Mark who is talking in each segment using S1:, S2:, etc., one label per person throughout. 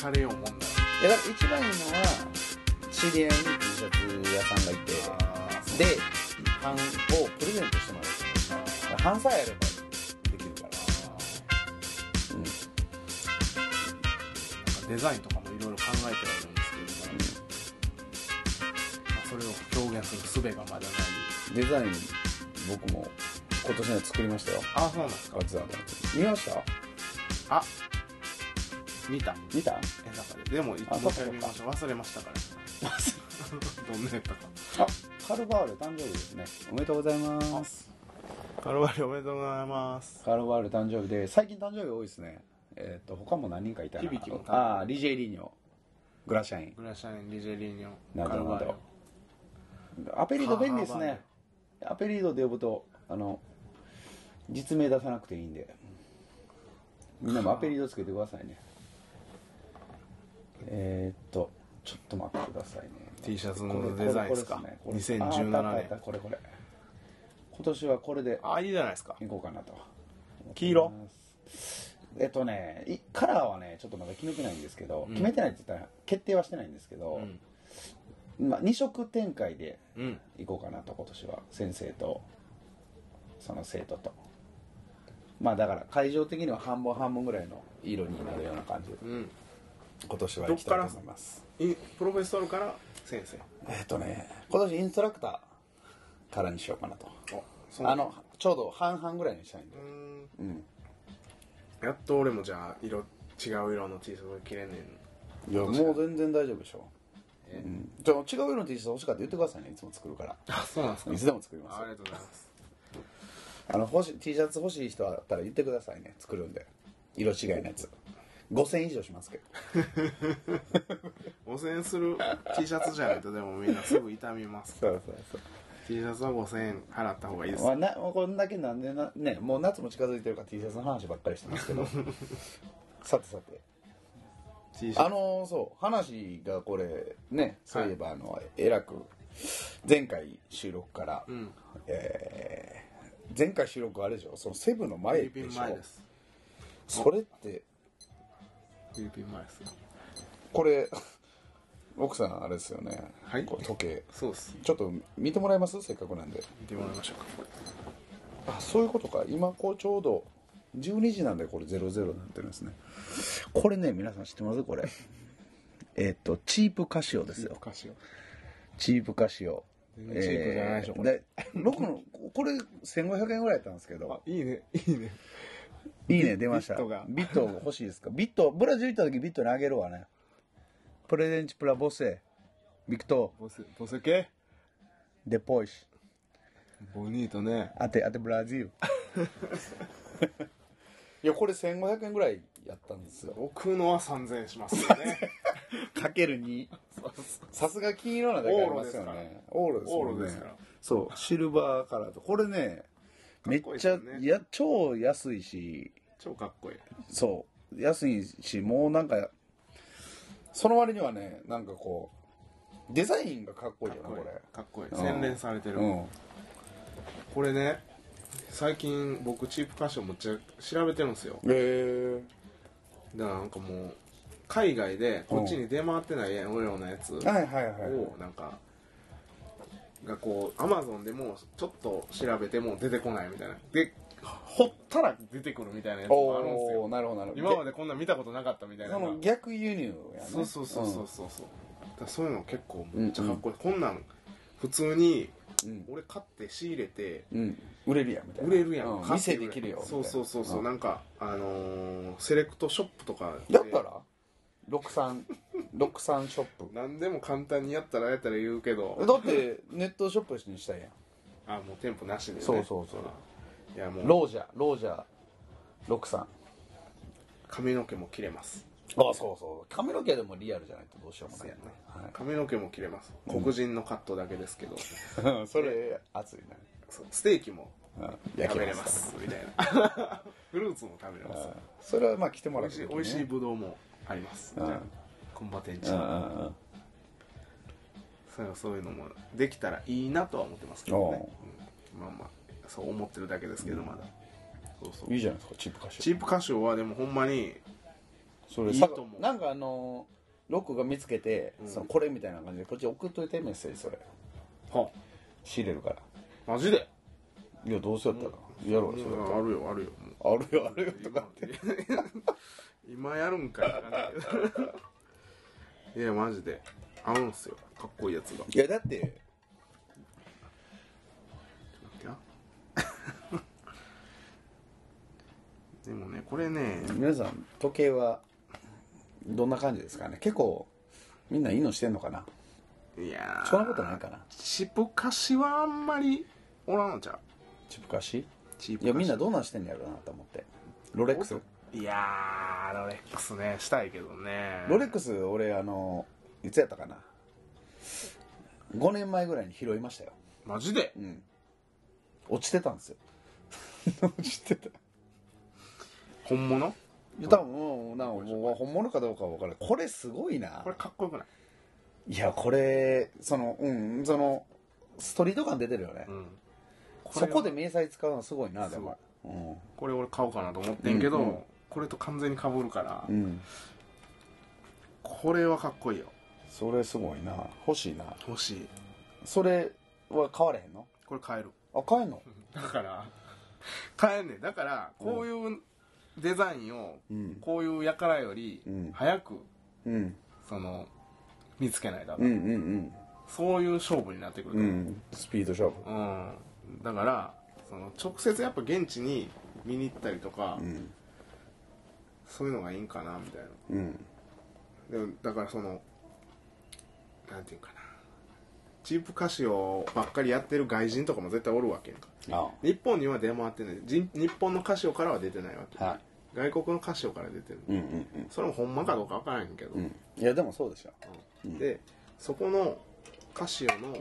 S1: かれようもんだよ
S2: いやだから一番いいのは知り合いに T シャツ屋さんがいてで版をプレゼントしてもらう版さえあればできるからうん
S1: なんかデザインとかもいろいろ考えてはいるんですけど、まあ、それを表現する術がまだない
S2: デザイン僕も今年のやつ作りましたよ
S1: あそうなんですか
S2: ガッツアートのやつ見ました
S1: あ見た
S2: 見た
S1: 絵の中ででも一
S2: あ
S1: もう一回見まし
S2: そ
S1: た忘れましたからどんなやったか
S2: あカルバール誕生日ですねおめでとうございます
S1: カルバリおめでとうございます
S2: カルバール誕生日で最近誕生日多いですねえっ、と他も何人かいたな
S1: 響も誕生日
S2: ああリジェリーニョグラシャイン
S1: グラシャインリジェリーニョ
S2: なる
S1: カ
S2: ほ
S1: ル
S2: ど
S1: バリオ
S2: アペリード便利ですねアペリードで呼ぶとあの実名出さなくていいんでみんなもアペリードつけてくださいねえー、っとちょっと待ってくださいね
S1: T シャツ
S2: これ
S1: のデザインですか
S2: これですねこれああったあ
S1: 2017
S2: った
S1: 年
S2: これこれ今年はこれで
S1: あいいじゃないですか
S2: いこうかなと
S1: 黄色
S2: えっとねいカラーはねちょっとまだ決めてないんですけど、決めてないって言ったら決定はしてないんですけど、まあ、2色展開で
S1: うん
S2: 行こうかなと今年は先生とその生徒とまあだから会場的には半分半分ぐらいの色になるような感じで
S1: うん
S2: 今年は
S1: どっから
S2: います
S1: いプロフェッサーから先生
S2: えっとね今年インストラクターからにしようかなと
S1: あそ
S2: あのちょうど半々ぐらいにしたいんで
S1: やっと俺もじゃあ色違う色の T シャツが着れんねん
S2: いやもう全然大丈夫でしょうん、じゃあ違う色の T シャツ欲しかったら言ってくださいねいつも作るから
S1: あそうなんです
S2: いつでも作ります
S1: ありがとうございます
S2: あの欲しい T シャツ欲しい人あったら言ってくださいね作るんで色違いのやつ5000以上しますけど
S1: 5000円する T シャツじゃないとでもみんなすぐ傷みます
S2: そうそうそう
S1: T シャツは5000円払った方がいいです
S2: まあ、なこんだけなんでな、ね、もう夏も近づいてるから T シャツの話ばっかりしてます けどさてさて
S1: T シャ
S2: あ
S1: ツ
S2: のそう話がこれねそういえば、あのえらく前回収録から、えー前回収録あれでしょそのセブンの
S1: フィ
S2: 前
S1: リピ
S2: で
S1: ン
S2: しょ
S1: 前です
S2: それって
S1: フィリピン前です
S2: これ奥さんあれですよね、
S1: はい
S2: これ時計
S1: そうです
S2: ちょっと見てもらえますせっかくなんで
S1: 見てもらいましょうか
S2: あそういうことか今こうちょうど12時なんでこれ00になってるんですねこれね皆さん知ってますこれえっとチープカシオですよ
S1: お菓子を
S2: チープカシオ
S1: 全然チープじゃないでしょ
S2: えーで6のこれ1500円ぐらいやったんですけ
S1: あ
S2: ど
S1: いいねいいね
S2: いいね出ました
S1: ビットが
S2: ビット欲しいですかビットブラジル行った時ビットにあげるわねプレゼンチプラボセビクト
S1: ボスボス系
S2: デポイシ
S1: ボニートね
S2: アテアテブ ラジルいやこれ1500円ぐらいやったんですよ
S1: 僕のは3000円しますよ ね
S2: かける2さすが金色なだけありますよねオーロ
S1: オーロ
S2: で
S1: ですす
S2: も
S1: か
S2: んね
S1: ら
S2: そうシルバーカラーとこれねめっ
S1: かっこいいで
S2: ち
S1: す
S2: ゃ
S1: よね
S2: いや超安いし
S1: 超かっこいい
S2: そう安いしもうなんかその割にはねなんかこうデザインがかっこいいよなこれ
S1: かっこいい
S2: うん
S1: 洗練されてる、
S2: うん
S1: これね最近僕チープ歌手をむっちゃ調べてるんですよ
S2: へ
S1: だからなんかもう海外でこっちに出回ってないようなやつ
S2: えはいはいはい
S1: をなんかがこうアマゾンでもちょっと調べても出てこないみたいなでほったら出てくるみたいなやつもあるんです
S2: おお
S1: よ
S2: なるほどなるほど
S1: 今までこんなん見たことなかったみたいな
S2: その逆輸入やね
S1: そうそうそうそ
S2: ん
S1: うそうそうだからそういうの結構めっちゃかっこいい、こんなん普通に
S2: うん
S1: 俺買って仕入れて
S2: うん、売れるやんみたいな
S1: 売れるやん、
S2: う
S1: 買って
S2: 店できるよみたい
S1: そ
S2: な
S1: うそうそうそう、
S2: ん
S1: なんかあのーセレクトショップとかで
S2: やったら6363ショップ
S1: 何でも簡単にやったらやったら言うけど
S2: だってネットショップにしたいや
S1: あ
S2: ん
S1: もう店舗なしでね
S2: そうそうそう
S1: いやもう
S2: ロージャーロージャー63あ
S1: 髪の毛も切れます
S2: そうそう髪の毛でもリアルじゃないとどうしようもないや
S1: 髪の毛も切れます黒人のカットだけですけど、
S2: ね、 はい、それ熱い
S1: そうステーキも
S2: な、うん、
S1: 食べれま
S2: ます
S1: すみたいな フルーツも食べれます
S2: それはまあ来て
S1: 美
S2: もらう
S1: 味しい美味しいぶどうもありますじゃあコンバテンチ
S2: うんうんうん
S1: そうそういうのもできたらいいなとは思ってますけどね、うんまあまあそう思ってるだけですけどまだ、そうそう
S2: いいじゃないですかチップ歌手
S1: チープ歌手はでもほんまに
S2: それ
S1: いい
S2: さ
S1: と思う
S2: なんかあのロックが見つけて、
S1: うん
S2: そのこれみたいな感じでこっち送っといてメッセージそれ
S1: は
S2: 仕入れるから
S1: マジで
S2: いやどうせやったらやろうそれ
S1: うんあるよあるよもう
S2: あるよあるよとか
S1: 今やるんかいって感じだけどいやマジで合うんすよかっこいいやつが
S2: いやだって
S1: でもねこれね
S2: 皆さん時計はどんな感じですかね結構みんないいのしてんのかない
S1: やー
S2: そんなことないかな
S1: チプカシはあんまりおらんのちゃう
S2: チプカシ
S1: チプカシ
S2: いやみんなどうなんしてんのやろうなと思ってロレックス
S1: いやーロレックスねしたいけどね
S2: ロレックス俺あのいつやったかな5年前ぐらいに拾いましたよ
S1: マジで
S2: うん落ちてたんですよ 落ちてた
S1: 本物
S2: 多分もうなんかもう本物かどうかは分からないこれすごいな
S1: これかっこよくない
S2: いやこれそのうんそのストリート感出てるよね、
S1: うんれ
S2: そこで迷彩使うのすごいなです
S1: ごい
S2: も、うん
S1: これ俺買おうかなと思ってんけど、
S2: うんうん
S1: これと完全に被るから、
S2: うん、
S1: これはかっこいいよ
S2: それすごいな欲しいな
S1: 欲しい
S2: それは買われへんの
S1: これ買える
S2: あ買えんの
S1: だから 買えんねんだからこういうデザインを
S2: うん
S1: こういうやからより
S2: うん
S1: 早く
S2: うん
S1: その見つけないだ
S2: うんうん
S1: そういう勝負になってくる
S2: うんうんスピード勝負
S1: うん、だからその直接やっぱ現地に見に行ったりとか、
S2: ん
S1: そういうのがいいんかなみたいな
S2: うん
S1: でもだからそのなんていうかなチープカシオばっかりやってる外人とかも絶対おるわけやんか
S2: あ
S1: 日本には出回ってない人日本のカシオからは出てないわけ、
S2: は
S1: 外国のカシオから出てる、
S2: いうんうんうん
S1: それもほんまかどうかわからへんけど、
S2: うんいやでもそうでしょうん
S1: でそこのカシオの
S2: うん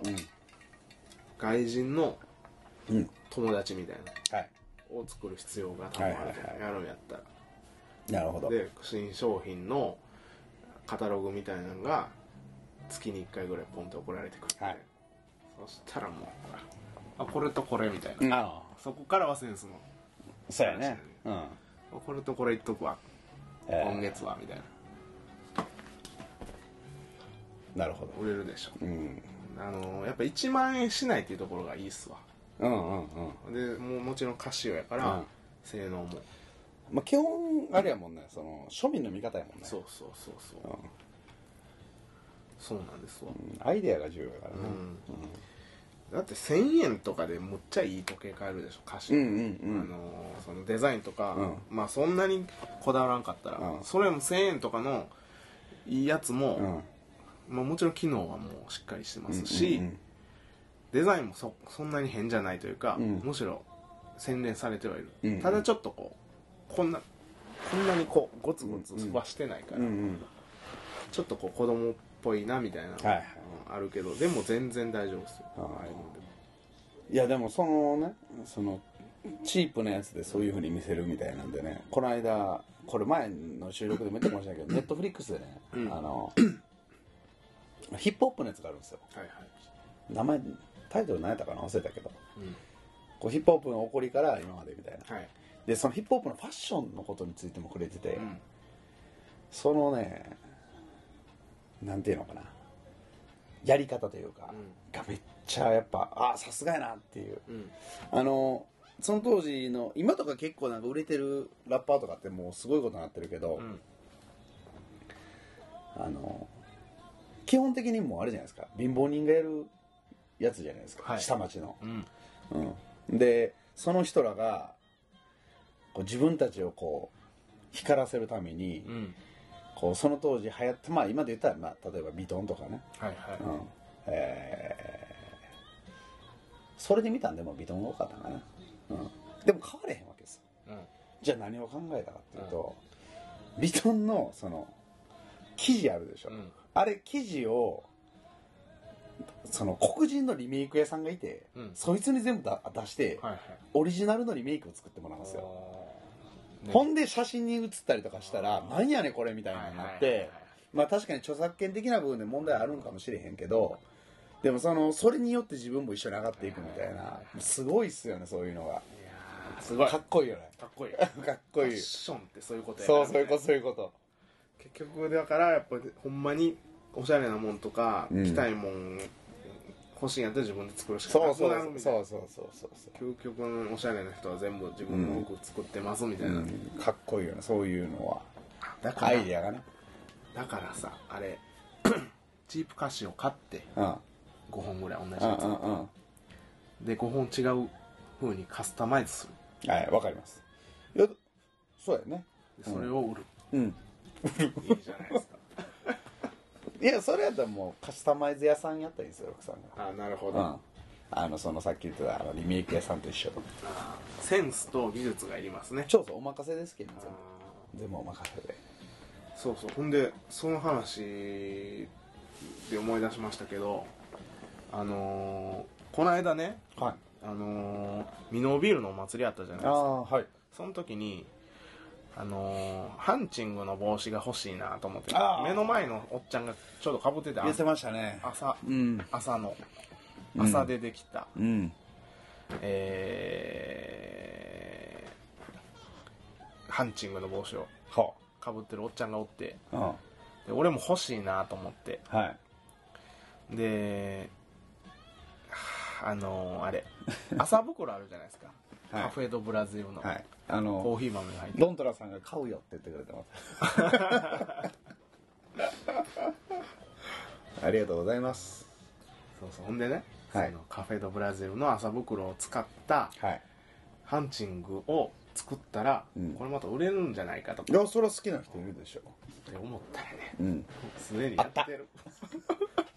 S1: 外人の
S2: うん
S1: 友達みたいな
S2: はい
S1: を作る必要が多分あると
S2: はいはいはい
S1: やるんやったら
S2: なるほど
S1: で新商品のカタログみたいなのが月に1回ぐらいポンと送られてくる、
S2: はい
S1: そしたらもうほらあこれとこれみたいな、
S2: あ
S1: そこからはセンスの
S2: あそうやねうん
S1: あこれとこれいっとくわ、
S2: え
S1: 今月はみたいな
S2: ーなるほど
S1: 売れるでしょ
S2: うん
S1: あのーやっぱ1万円しないっていうところがいいっすわ
S2: うんうんうん
S1: でもうもちろんカシオやから、
S2: うん
S1: 性能も
S2: まあ基本あれやもんねその庶民の味方やもんね
S1: そうそうそうそう、
S2: うん
S1: そうなんですわ、
S2: うんアイデアが重要やからね
S1: だって1000円とかでむっちゃいい時計買えるでしょカシオ、
S2: うんうんうん
S1: あのーそのデザインとか、
S2: う
S1: まあそんなにこだわらんかったら、
S2: うん
S1: それも1000円とかのいいやつも、
S2: うん
S1: まあ、もちろん機能はもうしっかりしてますし、
S2: うん
S1: デザインもそそんなに変じゃないというか、
S2: うん
S1: むしろ洗練されてはいる、
S2: うん
S1: ただちょっとこうこんなこんなにこうゴツゴツはしてないから、
S2: うんうん
S1: ちょっとこう子供っぽいなみたいなの
S2: はいはい
S1: うんあるけどでも全然大丈夫ですよ
S2: あー
S1: ああいうのでも
S2: いやでもそのねそのチープなやつでそういうふうに見せるみたいなんでねこの間これ前の収録でも言ったかもしれないけどネットフリックスでね、あのヒップホップのやつがあるんですよ
S1: はいはい
S2: 名前タイトル何やったかな忘れたけど
S1: うん
S2: こうヒップホップの起こりから今までみたいな
S1: はい
S2: でそのヒップホップのファッションのことについても触れてて、
S1: うん
S2: そのねなんていうのかなやり方というか、がめっちゃやっぱああさすがやなっていう
S1: うん
S2: あのその当時の今とか結構なんか売れてるラッパーとかってもうすごいことになってるけど、
S1: うん
S2: あの基本的にもうあれじゃないですか貧乏人がやるやつじゃないですか、
S1: はい
S2: 下町の、
S1: うん
S2: うん、でその人らがこう自分たちをこう光らせるために、
S1: うん
S2: こうその当時流行ってまあ今で言ったら、まあ、例えばビトンとかね、
S1: はいはい
S2: うんえーそれで見たんでもビトンが多かったかな、うん、でも変われへんわけです
S1: う
S2: よ
S1: ん
S2: じゃあ何を考えたかっていうと、ビトンのその生地あるでしょ、
S1: うん
S2: あれ生地をその黒人のリメイク屋さんがいて、
S1: うん
S2: そいつに全部だ出して、
S1: はいはい
S2: オリジナルのリメイクを作ってもらうんですよ、
S1: あー
S2: ほんで写真に写ったりとかしたら
S1: あー
S2: なんやねんこれみたい
S1: は
S2: ないに
S1: は
S2: ないっ
S1: は
S2: て、
S1: い
S2: まあ確かに著作権的な部分で問題あるんかもしれへんけどでもそのそれによって自分も一緒に上がっていくみたいなすごいっすよねそういうのが
S1: いやーすごい
S2: かっこいいよね
S1: かっこいい
S2: かっこ
S1: ファッ
S2: いい
S1: ションってそういうことやな
S2: そうそういうことそういうこと
S1: 結局だからやっぱりほんまにおしゃれなもんとか、
S2: うん
S1: 着たいもん欲しいんやったら自分で作るしか
S2: そ
S1: な
S2: う
S1: く
S2: そう
S1: なるみたい
S2: そ
S1: な
S2: うそうそうそうそう
S1: 究極のおしゃれな人は全部自分の服作ってますみたいな、
S2: うんかっこいいよねそういうのは
S1: だか
S2: ア
S1: ら
S2: イデアがな
S1: だからさあれ チープ歌詞を買って
S2: うん
S1: 5本ぐらい同じ
S2: うん
S1: や
S2: うんうんは
S1: つで5本違う風にカスタマイズする
S2: いわかりますいやそうやね
S1: でそれを売る、
S2: うん
S1: いいじゃない ですか
S2: いやそれやったらもうカスタマイズ屋さんやったらいいですよ奥さんが
S1: あなるほ
S2: う
S1: ど、
S2: んあのそのさっき言ってたあのリメイク屋さんと一緒
S1: あーセンスと技術がいりますね
S2: そうそうお任せですけど
S1: あ
S2: 全部全部お任せで
S1: ーそうそうほんでその話で思い出しましたけどあのーこの間ね
S2: はい
S1: あのーミノービールのお祭りあったじゃないです
S2: あ
S1: か
S2: あはい
S1: その時にあのーハンチングの帽子が欲しいなと思って
S2: あー
S1: 目の前のおっちゃんがちょうどかぶってた
S2: 言ってましたね
S1: 朝
S2: うん
S1: 朝の
S2: うん
S1: 朝でできた、
S2: うん
S1: えーハンチングの帽子を
S2: は
S1: かぶってるおっちゃんがおって
S2: あうん
S1: で俺も欲しいなと思って
S2: はい
S1: ではああのーあ れ麻袋あるじゃないですか、
S2: はい
S1: カフェ・ド・ブラジルの、
S2: はいあ
S1: コー
S2: の
S1: ヒー豆が入って
S2: ドントラさんが買うよって言ってくれてます ありがとうございます
S1: そうそうほんでね、
S2: はい
S1: そのカフェ・ド・ブラジルの麻袋を使った
S2: はい
S1: ハンチングを作ったら、
S2: うん
S1: これまた売れるんじゃないかとか
S2: いやそれは好きな人いるでしょ
S1: って思ったらね
S2: うん
S1: すでにやってる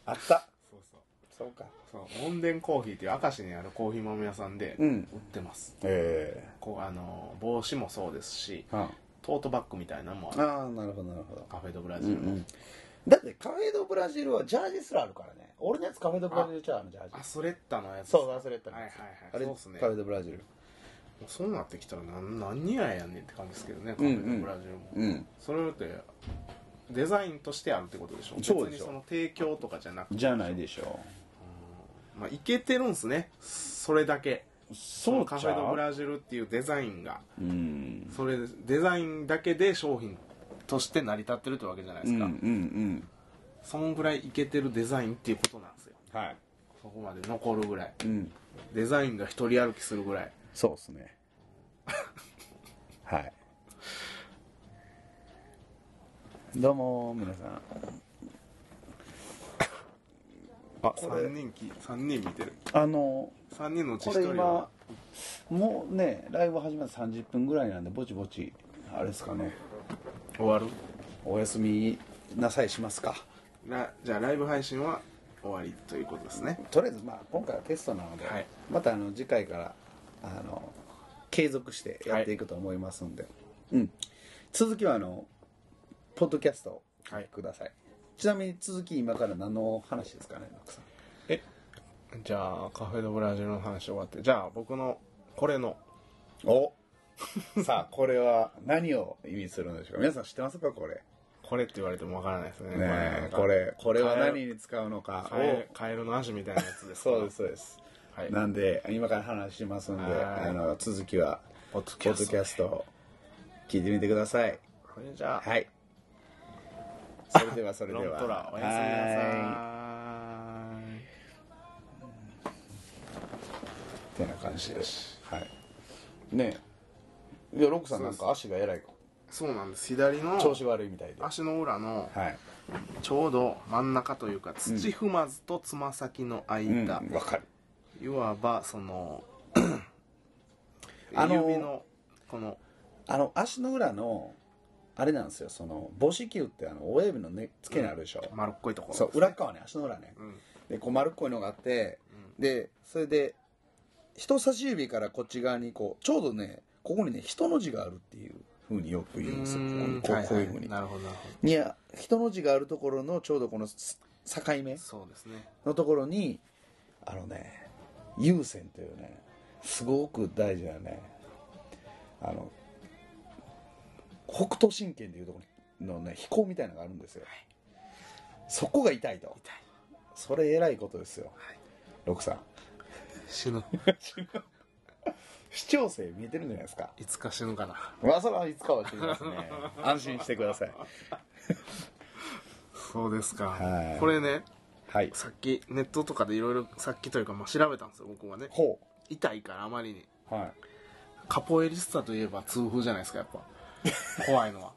S2: あった
S1: そうそう
S2: そうか
S1: そうモンデンコーヒーっていう明石にあるコーヒー豆屋さんで
S2: う
S1: 売っ
S2: ん
S1: てます、
S2: え
S1: こうあの帽子もそうですし
S2: えあ
S1: トートバッグみたいなのもある
S2: あなるほどなるほど
S1: カフェ・ド・ブラジルの、
S2: だってカフェ・ド・ブラジルはジャージすらあるからね俺のやつカフェ・ド・ブラジルちゃうあのジャージ
S1: アスレッタのやつ
S2: そう忘れた
S1: はいはいはい
S2: あれ
S1: そうっすね
S2: カフェ・ド・ブラジル
S1: もうそうなってきたら何何ややんねんって感じですけどねカフ
S2: うんう
S1: ェ・
S2: ん
S1: ド・ブラジルも、
S2: うん
S1: それってデザインとしてあるってことでしょ
S2: そうで
S1: 別に
S2: しょ
S1: その提供とかじゃなくて
S2: じゃないでしょ
S1: まあいけてるんすねそれだけ
S2: うそ
S1: カフェ・ド・ブ
S2: ジ
S1: ラジルっていうデザインが
S2: ルうん
S1: それデザインだけで商品として成り立ってるってわけじゃないで
S2: う
S1: す
S2: んうん
S1: か、
S2: うん
S1: そんぐらいいけてるデザインっていうことなんですよ
S2: はい
S1: そこまで残るぐらい
S2: うん
S1: デザインが一人歩きするぐらい
S2: そうっ すねはいどうも皆さんあこ
S1: 3
S2: れ
S1: 人き三人見てる
S2: あの
S1: 3人のうち
S2: こ
S1: 1
S2: れ
S1: 人は
S2: 今もうねライブ始まって30分ぐらいなんでぼちぼちあれですかね
S1: 終わる
S2: お休みなさいしますか
S1: なじゃあライブ配信は終わりということですね
S2: とりあえずまあ今回はテストなので、
S1: はい
S2: またあの次回からあの継続してやっていくと思いますんで、うん続きはあのポッドキャストをお聞きください、ちなみに続き今から何の話ですかね奥さん
S1: えじゃあカフェ・ド・ブラジルの話終わってじゃあ僕のこれの
S2: お さあこれは何を意味するのでしょうか皆さん知ってますかこれ
S1: これって言われてもわからないですね
S2: ねえこれこれは
S1: カエル
S2: 何に使うのか
S1: カエルカエルの足みたいなやつですか
S2: そうですそうです、
S1: はい
S2: なんで今から話しますんで
S1: はい
S2: あの続きは
S1: ポッドキャ
S2: ポッド
S1: ス
S2: キ
S1: ト
S2: ャストを聞いてみてください
S1: これじゃあ
S2: はいそれではそれで
S1: ロ
S2: は
S1: ントラおやすみな
S2: は
S1: さい
S2: ーいてな感じですはいねえいやロックさんなんか足がえらい
S1: そうなんです左の
S2: 調子悪いみたいでは
S1: 足の裏の
S2: い
S1: ちょうど真ん中というか土踏まずとつま先の
S2: うん
S1: 間、
S2: わかる
S1: いわばその
S2: あの
S1: 指のこの
S2: あの足の裏のあれなんですよその母子球ってあの親指の根っ付けにあるでしょ、
S1: 丸っこいところ
S2: そう裏っ側ね足の裏ね、
S1: うん
S2: でこう丸っこいのがあって、でそれで人差し指からこっち側にこうちょうどねここにね人の字があるっていうふうによく言うんですよ
S1: うん
S2: ここ
S1: は
S2: う
S1: は
S2: こういうふうに、
S1: なるほどなるほど
S2: いや人の字があるところのちょうどこのす境目
S1: そうですね
S2: のところにあのね優先というねすごく大事なねあの北斗神拳でいうところのね飛行みたいなのがあるんですよ、そこが痛いと
S1: 痛い
S2: それえらいことですよ、
S1: はい
S2: 六さん
S1: 死ぬ
S2: 視聴生見えてるんじゃないですか
S1: いつか死ぬかな
S2: まあそれはいつかは知りますね安心してください
S1: そうですか、
S2: はい
S1: これね
S2: はい
S1: さっきネットとかでいろいろさっきというか、まあ、調べたんですよ僕はね
S2: ほ
S1: 痛いからあまりに
S2: うはい
S1: カポエリスタといえば痛風じゃないですかやっ ぱ怖いのは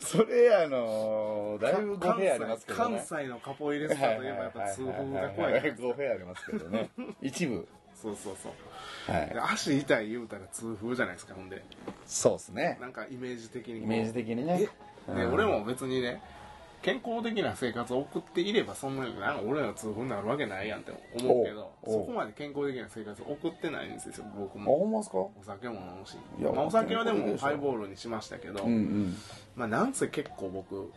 S2: それあのだいぶ語弊ありますけど
S1: 関
S2: ね
S1: 西関西のカポエリスタといえばやっぱ痛風が怖いじゃないですか
S2: 語弊ありますけ どね一部
S1: そうそうそう
S2: はい
S1: で足痛い言うたら痛風じゃないですかほんで
S2: そうですね
S1: なんかイメージ的にこ
S2: イ
S1: う
S2: メージ的にね
S1: えで俺も別にね健康的な生活を送っていればそんなになんか俺らの痛風になるわけないやんって思うけどそ
S2: おうおう
S1: こまで健康的な生活を送ってないんですよ僕
S2: あ
S1: も
S2: ほんまっすか
S1: お酒も飲むし
S2: いや
S1: まあ、お酒はで
S2: 健
S1: も
S2: 康的でしょ
S1: ハイボールにしましたけど、
S2: うんうん
S1: まあ、なんせ結構僕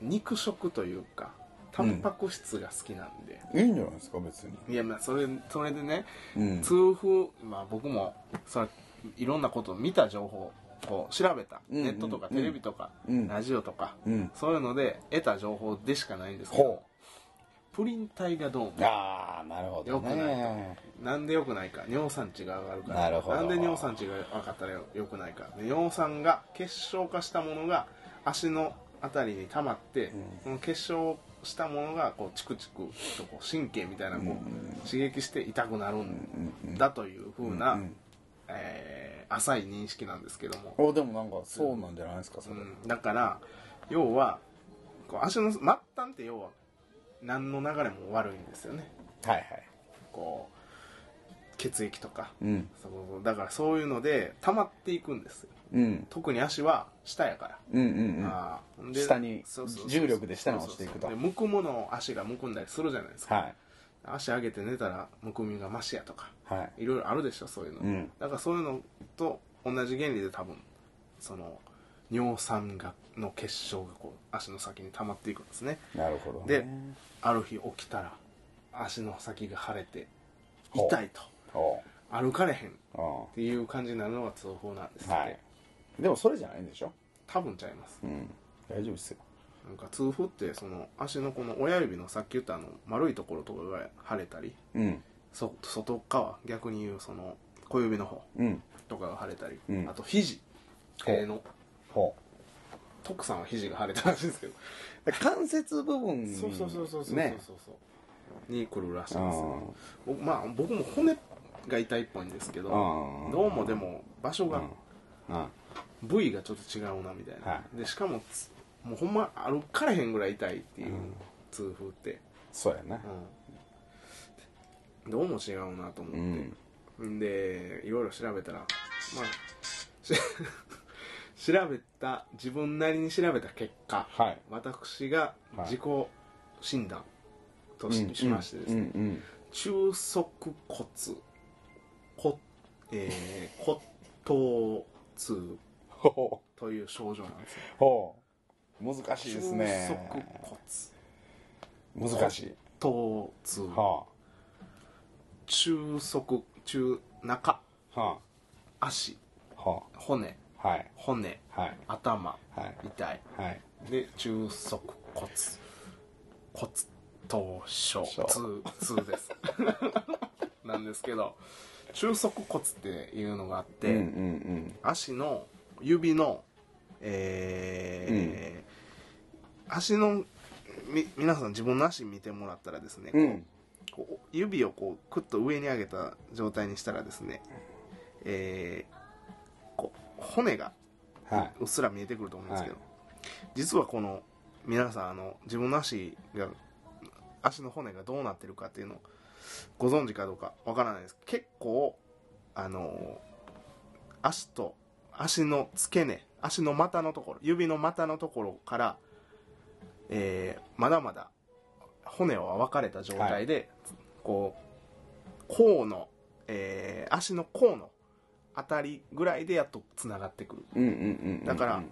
S1: 肉食というかタンパク質が好きなんで、
S2: いいんじゃないですか別に
S1: いやまあそれそれでね
S2: うん
S1: 痛風、まあ、僕もそれいろんなことを見た情報を調べた、
S2: うんうん
S1: ネットとか
S2: うん
S1: テレビとか、
S2: うん
S1: ラジオとか、
S2: うん
S1: そういうので得た情報でしかないんですけど
S2: ほ
S1: プリン体がどうも
S2: うああなるほど
S1: 良くない
S2: ね
S1: なんで良くないか尿酸値が上がるから
S2: なるほど
S1: んで尿酸値が上がったら良くないかで尿酸が結晶化したものが足のあたりに溜まって、その結晶したものがこうチクチクとこう神経みたいなこう、刺激して痛くなるんだというふうな、えー浅い認識なんですけども、
S2: おでもなんかそうなんじゃないですかそうれ
S1: ん、だから要はこう足の末端って要は何の流れも悪いんですよね
S2: はいはい
S1: こう血液とか、
S2: うん
S1: そうだからそういうので溜まっていくんですよ
S2: うん
S1: 特に足は下やから、
S2: うんうんうん
S1: あーほん
S2: 下に
S1: そうそうそう
S2: 重力で下に落ちていく
S1: そ
S2: と
S1: うそうそうでむくものを足がむくんだりするじゃないですか、
S2: はい
S1: 足上げて寝たらむくみがマシやとか
S2: はい
S1: いろいろあるでしょそういうの、
S2: うん
S1: だからそういうのと同じ原理で多分その尿酸がの結晶がこう足の先に溜まっていくんですね
S2: なるほどね
S1: である日起きたら足の先が腫れて
S2: ほう
S1: 痛いと
S2: おう
S1: 歩かれへんっ
S2: あ
S1: ていう感じになるのが痛風なんですって、
S2: はいでもそれじゃないんでしょ
S1: 多分ちゃいます
S2: うん大丈夫っすよ
S1: なんか痛風ってその足のこの親指のさっき言ったあの丸いところとかが腫れたり
S2: うん
S1: そ外側逆に言うその小指の方
S2: うん
S1: とかが腫れたり、
S2: うん
S1: あと肘
S2: ほう
S1: 手の
S2: ほう
S1: 徳さんは肘が腫れたらしいんですけど
S2: 関節部分に
S1: そうそうそうそうそうそう
S2: ね
S1: そうそうに来るらしいんですよ
S2: う
S1: 僕まあ僕も骨が痛いっぽいんですけど
S2: あー
S1: どうもでも場所が
S2: んうん
S1: 部位がちょっと違うなみたいな、
S2: は
S1: でしかもつもうほんま歩かれへんぐらい痛いっていう痛風って、
S2: そうやな
S1: うんどうも違うなと思って、でいろいろ調べたらまあし 調べた自分なりに調べた結果、
S2: はい
S1: 私が自己診断とし,、
S2: うん
S1: ましてですね、
S2: うんうん
S1: 中足骨骨えー、骨頭痛
S2: ほ
S1: という症状なんですよ
S2: うほう難しいです
S1: 中
S2: ね
S1: 足骨
S2: 難しい
S1: 頭痛
S2: は
S1: 中足中中
S2: あは
S1: 足
S2: あは
S1: 骨
S2: あはい
S1: 骨
S2: はい
S1: 頭
S2: はい
S1: 痛い
S2: はい
S1: で中足骨骨頭症
S2: 症
S1: 痛痛ですなんですけど中足骨っていうのがあって、
S2: うんうん
S1: 足の指のえー足のみ皆さん自分の足見てもらったらですね、
S2: うんうん
S1: こう指をこうクッと上に上げた状態にしたらですね、えーこう骨が
S2: はいう
S1: っすら見えてくると思うんですけど、
S2: は
S1: 実はこの皆さんあの自分の足が足の骨がどうなってるかっていうのをご存知かどうかわからないです結構あの足と足の付け根足の股のところ指の股のところから、えーまだまだ骨は分かれた状態で、こう甲の、えー足の甲のあたりぐらいでやっとつながってくる
S2: うんうんうんうん
S1: だから、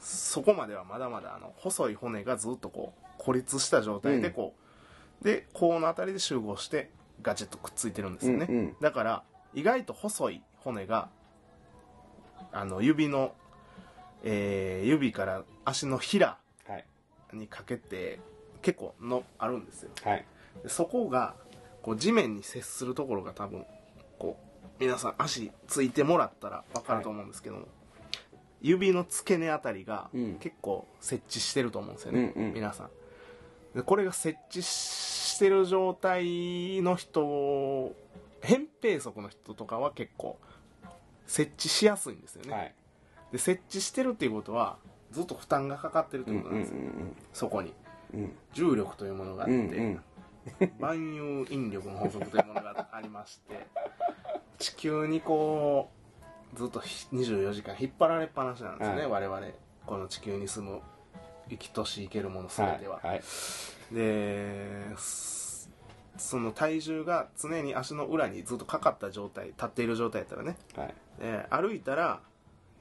S1: そこまではまだまだあの細い骨がずっとこう孤立した状態でこう、で甲のあたりで集合してガチッとくっついてるんですよね、
S2: うんうん
S1: だから意外と細い骨があの指の、えー指から足のひら
S2: はい
S1: にかけて結構のあるんですよ
S2: はい
S1: でそこがこう地面に接するところが多分こう皆さん足ついてもらったら分かると思うんですけども、指の付け根あたりが
S2: うん
S1: 結構設置してると思うんですよね、
S2: うんうん
S1: 皆さんでこれが設置してる状態の人扁平足の人とかは結構設置しやすいんですよね、
S2: はい
S1: で設置してるっていうことはずっと負担がかかってるってことなんですよ、そこに
S2: うん
S1: 重力というものがあって、
S2: うんうん
S1: 万有引力の法則というものがありまして 地球にこうずっとひ24時間引っ張られっぱなしなんですね、
S2: はい
S1: 我々この地球に住む生きとし生けるもの全ては、
S2: はいはい
S1: ですその体重が常に足の裏にずっとかかった状態立っている状態やったらね、
S2: はい
S1: えー歩いたら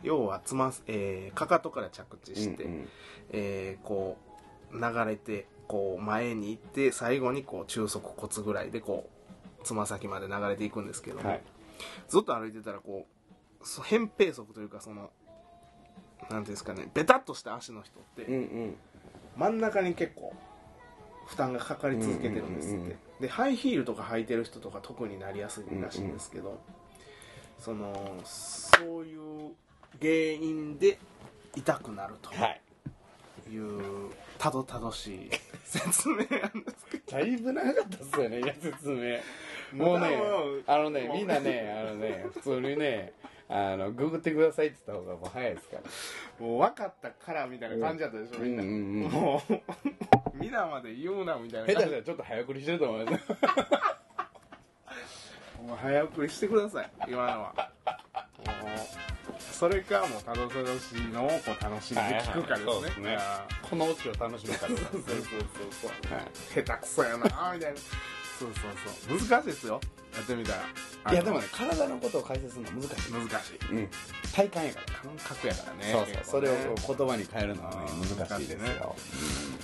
S1: 要はつます、えーかかとから着地して、
S2: うんうん
S1: えーこう流れてこう前に行って最後にこう中足骨ぐらいでこうつま先まで流れていくんですけども、
S2: はい
S1: ずっと歩いてたらこうそ扁平足というかそのなんていうんですかねベタっとした足の人って、
S2: うんうん
S1: 真ん中に結構負担がかかり続けてるんですって、
S2: うんうんうんうん
S1: でハイヒールとか履いてる人とか特になりやすいらしいんですけど、そのそういう原因で痛くなると
S2: はい
S1: いうたどたどしい説明なんですけ
S2: だいぶ長かったっすよね、いや説明。
S1: ど
S2: もうね
S1: も、
S2: あのね
S1: も、う
S2: みんなね、あのね、普通にね、あの、ググってくださいって言った方がもう早いですから。
S1: もう分かったからみたいな感じだったでしょ、みんな、
S2: うんうんうん
S1: もう皆まで言うなみたいな
S2: 下
S1: 感
S2: 手し
S1: じ
S2: たらちょっと早送りしてると思います。
S1: もう早送りしてください今のはもうそれかもうたどたどしいのをこう楽しんで聞くかですね,あー、
S2: はいはいそうですねこのオチを楽しむから。そうそうそうそう。はい。
S1: 下手くそやなーみたいなそうそうそう難しいですよやってみたら
S2: いやでも
S1: ね
S2: ね体のことを解説するのは難しい、
S1: 難しい
S2: うん、体感やから、
S1: 感覚やからね
S2: そうそ
S1: 結構
S2: う、そ
S1: ね
S2: れをこう言葉に変えるのはね
S1: うん
S2: 難しいです
S1: 難しいね
S2: よ、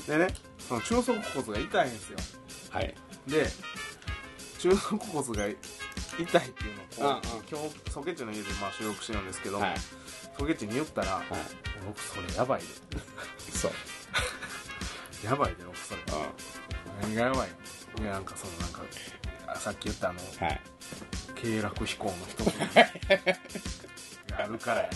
S1: でねその中足骨が痛いんですよ
S2: はい
S1: で中足骨が痛いっていうのをこ
S2: うんうん
S1: う今日ソケッチの家でまあ収録してるんですけど、
S2: はいはい
S1: ソケッチに言ったら、僕それやばいで
S2: そう、
S1: やばいで僕それ
S2: う
S1: 何がやばいのいやなんかそのなんかあさっき言ったあの
S2: ん、はい
S1: 経絡飛行の一つがあるからや